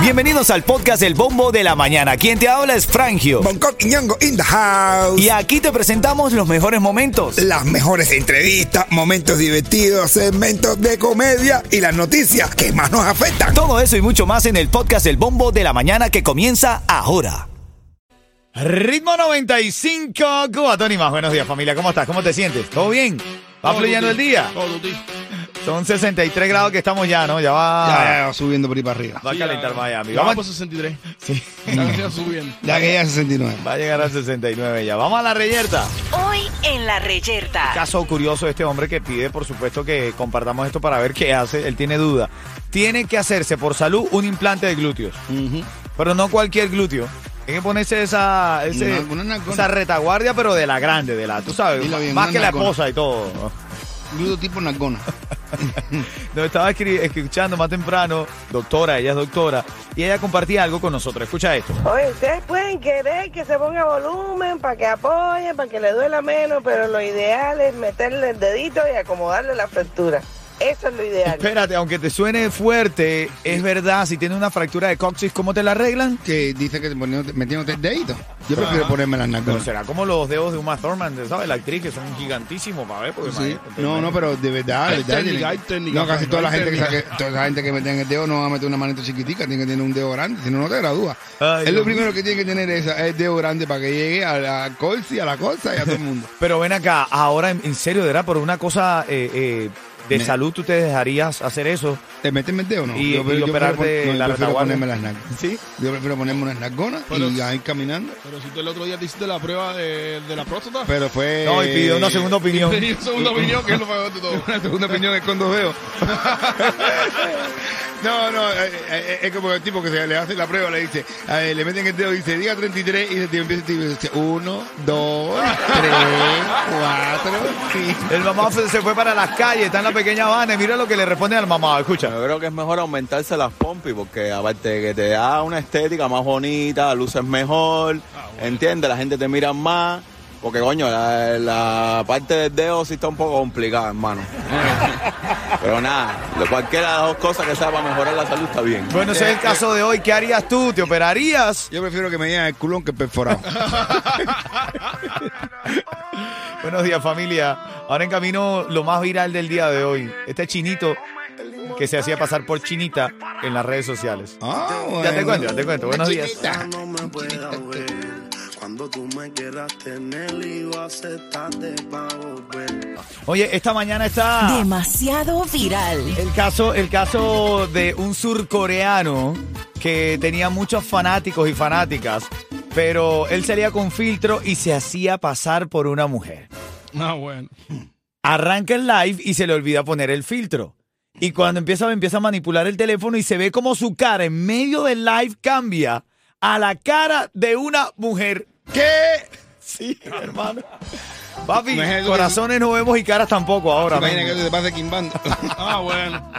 Bienvenidos al podcast El Bombo de la Mañana. Quien te habla es Frangio. Bangkok y Ñongo in the house. Y aquí te presentamos los mejores momentos. Las mejores entrevistas, momentos divertidos, segmentos de comedia y las noticias que más nos afectan. Todo eso y mucho más en el podcast El Bombo de la Mañana que comienza ahora. Ritmo 95, Cubatón y más. Buenos días, familia. ¿Cómo estás? ¿Cómo te sientes? ¿Todo bien? ¿Va Todo fluyendo el tuti, día? todo tuti. Son 63 grados que estamos ya, ¿no? Ya va, Ya, ya, ya, subiendo por ahí para arriba. va a Sí, calentar ya- Miami. Vamos Ya a- vamos por 63. sí, Está sido subiendo. Ya que ya es 69. va a llegar a 69 ya. Vamos a la reyerta. Hoy en La Reyerta. Caso curioso de este hombre que pide, por supuesto, que compartamos esto para ver qué hace. Él tiene duda. Tiene que hacerse por salud un implante de glúteos, pero no cualquier glúteo. Hay que ponerse esa, ese- Una- una nalgona. esa retaguardia, pero de la grande, de la, tú sabes, Dilo bien, más una que la nalgona. esposa y todo. Gludo tipo nalgona. Nos estaba escri- escuchando más temprano, doctora, ella es doctora, y ella compartía algo con nosotros. Escucha esto. Oye, ustedes pueden querer que se ponga volumen para que apoye, para que le duela menos, pero lo ideal es meterle el dedito y acomodarle la fractura. Eso es lo ideal. Espérate, aunque te suene fuerte, es verdad, si tienes una fractura de coxis, ¿cómo te la arreglan? que dice que te poniéndote- metiéndote el dedito. Yo prefiero ponerme las Pero nalgas. será como los dedos de Uma Thurman, ¿sabes? La actriz, que son gigantísimos, para ver, porque Sí. imagínate, No, no, pero de verdad, de Hay técnica, verdad. tienen- hay técnica, no, casi Frank, toda la hay gente que técnica. saque- toda la gente que mete en el dedo no va a meter una manito chiquitica, tiene que tener un dedo grande, si no no te gradúa. Ay, es Dios lo primero que tiene que tener esa, el dedo grande para que llegue a la colsi, a la cosa y a todo el mundo. Pero ven acá, ahora en, en serio, de verdad, por una cosa eh, eh, de Me- salud, tú te dejarías hacer eso. ¿Te meten el dedo o no? Y- y operarte la prefiero, yo prefiero retaguardia. ponerme las nalgas. Sí. Yo prefiero ponerme unas nalgonas Pero- y ir caminando. Pero si tú el otro día te hiciste la prueba de, de la próstata. Pero fue... No, y pidió una Eh, segunda opinión. Pedí una segunda opinión que es lo peor de todo. Una segunda opinión es con dos dedos. No, no, eh, eh, es como el tipo que se le hace la prueba, le dice, eh, le meten el dedo y dice, diga 33 y el tipo empieza y dice, 1, 2, 3, 4, 5. El mamá se se fue para las calles, está en la pequeña Habana, y mira lo que le responde al mamá, escucha. Yo creo que es mejor aumentarse las pompis porque aparte de que te da una estética más bonita, luces mejor, Ah, ¿entiendes? La gente te mira más. Porque coño, la, la parte del dedo sí está un poco complicada, hermano. Pero nada, lo- cualquiera de las dos cosas que sea para mejorar la salud está bien. Bueno, ese es el caso eh. de hoy. ¿Qué harías tú? ¿Te operarías? Yo prefiero que me digan el culón que perforado. Buenos días, familia. Ahora en camino lo más viral del día de hoy. Este chinito que se hacía pasar por chinita en las redes sociales. Ah, Ya te bueno. cuento, ya te cuento. Buenos días. Chinita. no me pueda ver. Cuando tú me quieras tener y lo aceptaste pa' volver. Oye, esta mañana está Demasiado viral. el caso, el caso de un surcoreano que tenía muchos fanáticos y fanáticas, pero él salía con filtro y se hacía pasar por una mujer. No, bueno. arranca el live y se le olvida poner el filtro. Y cuando empieza, empieza a manipular el teléfono y se ve como su cara en medio del live cambia a la cara de una mujer. ¿Qué? Sí, hermano. Papi, Imagínate que- corazones no vemos y caras tampoco ahora. Imagina que mismo. eso te pase quimbando. Ah, bueno.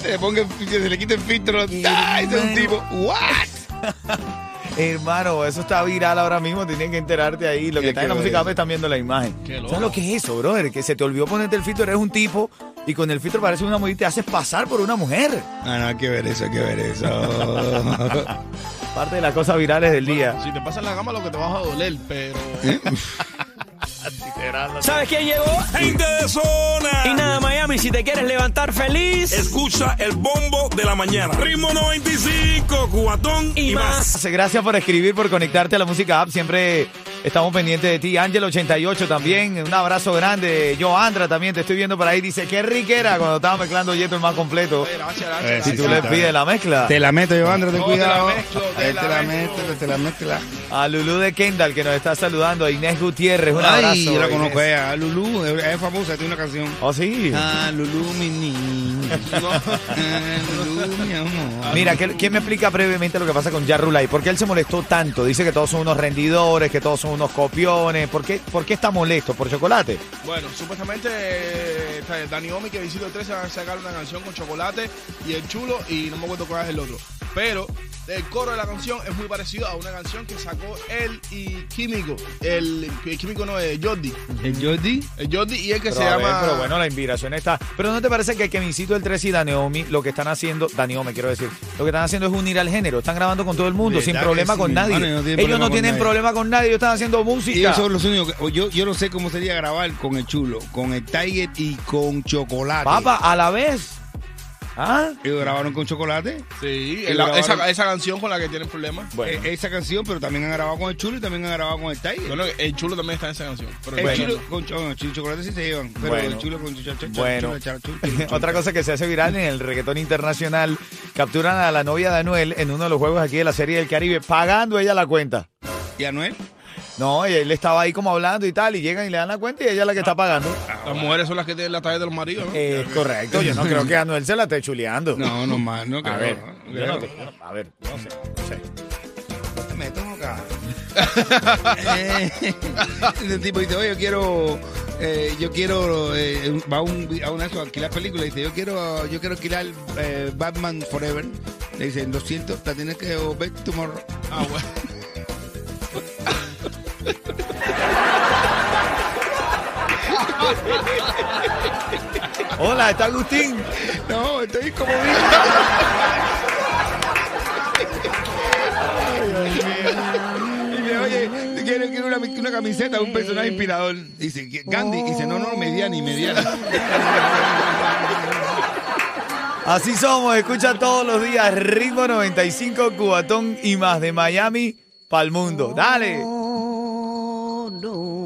Se le, ponga, el- se le quita el filtro. ¡Ay! Es un tipo. ¿What? Hermano, eso está viral ahora mismo, tienen que enterarte ahí. Lo que Qué está en la loco. música app están viendo la imagen. Qué loco. ¿Sabes lo que es eso, brother? Que se te olvidó ponerte el filtro, eres un tipo y con el filtro pareces una mujer y te haces pasar por una mujer. Ah, no, hay que ver eso, hay que ver eso. Parte de las cosas virales del día. Si te pasa en la gama lo que te vas a doler, pero. ¿Sabes quién llegó? Gente de zona, Y nada, Miami, si te quieres levantar feliz escucha el bombo de la mañana. Ritmo 95, cuatón y, y más. más. Gracias por escribir, por conectarte a la música app. Siempre estamos pendientes de ti. Ángel88 también. Un abrazo grande. Yo, Andra, también te estoy viendo por ahí. Dice, qué riquera cuando estaba mezclando Yeto el más completo. Gracias, Eh, gracias. Si sí, tú sí, le está. pides la mezcla. Te la meto, Giovanni, ten No, te la cuidado. mezclo, te Ahí la te la mezclo. meto, te la mezclo. A Lulú de Kendall, que nos está saludando. A Inés Gutiérrez, un abrazo. Ay, yo la Inés. conozco a ella. a Ah, Lulú, es es famosa, tiene una canción. Oh, sí. Ah, Lulú, mi niño. Ah, Lulú, mi amor. Mira, ¿qué- ¿quién me explica brevemente lo que pasa con Yarrulay? ¿Por qué él se molestó tanto? Dice que todos son unos rendidores, que todos son unos copiones. ¿Por qué, por qué está molesto? ¿Por chocolate? Bueno, supuestamente eh, Dani Omi que visitó el 13 van a sacar una canción con chocolate y el chulo y no me acuerdo cuál es el otro. Pero el coro de la canción es muy parecido a una canción que sacó él y Químico. El, el Químico no es Jordi. ¿El Jordi? El Jordi y el que Pero, se a ver, llama. pero bueno, la inspiración está. Pero ¿no te parece que Kemincito el 3 y Daneomi lo que están haciendo, Daneomi quiero decir, lo que están haciendo es unir al género? Están grabando con todo el mundo, ¿Verdad sin que problema sí, con mi nadie. hermano? No tienen ellos problema no con tienen nadie. problá problema con nadie, ellos están haciendo Y música. ellos son los únicos que- yo, yo no sé cómo sería grabar con el chulo, con el Tiger y con chocolate. Papa, a la vez. ¿Ah? Ellos grabaron con chocolate. Sí, Y la- grabaron- esa, esa canción con la que tienen problemas. eh, esa canción, pero también han grabado con el chulo y también han grabado con el Tiger. Bueno, el chulo también está en esa canción. Pero el bueno. chulo con cho- bueno, chulo y chocolate sí se llevan, pero Bueno. el chulo con chocolate. Bueno, otra cosa que se hace viral en el reggaetón internacional, capturan a la novia de Anuel en uno de los juegos aquí de la Serie del Caribe, pagando ella la cuenta. ¿Y Anuel? No, y él estaba ahí como hablando y tal, y llegan y le dan la cuenta y ella es la que está pagando. Las mujeres son las que tienen la talla de los maridos, ¿no? Ah, Eh, correcto, yo no creo que Anuel se la esté chuleando. No, no más, no creo. a ver, no yo no creo. creo, a ver, no sé, no sé. me toca. Eh, el tipo dice, oye, yo quiero, eh, yo quiero, eh, un- va a un, a una de esos a alquilar películas y dice, yo quiero, yo quiero alquilar eh, Batman Forever. Le dicen, lo siento, la tienes que ver tomorrow. Ah, bueno. Hola, está Agustín. No, estoy como Y dice, Oye, quiero, quiero una, una camiseta, un personaje inspirador. Dice, Gandhi. Dice, no, no, mediana y mediana. Así somos, escucha todos los días Ritmo 95, Cubatón y más de Miami para el mundo. Dale. no.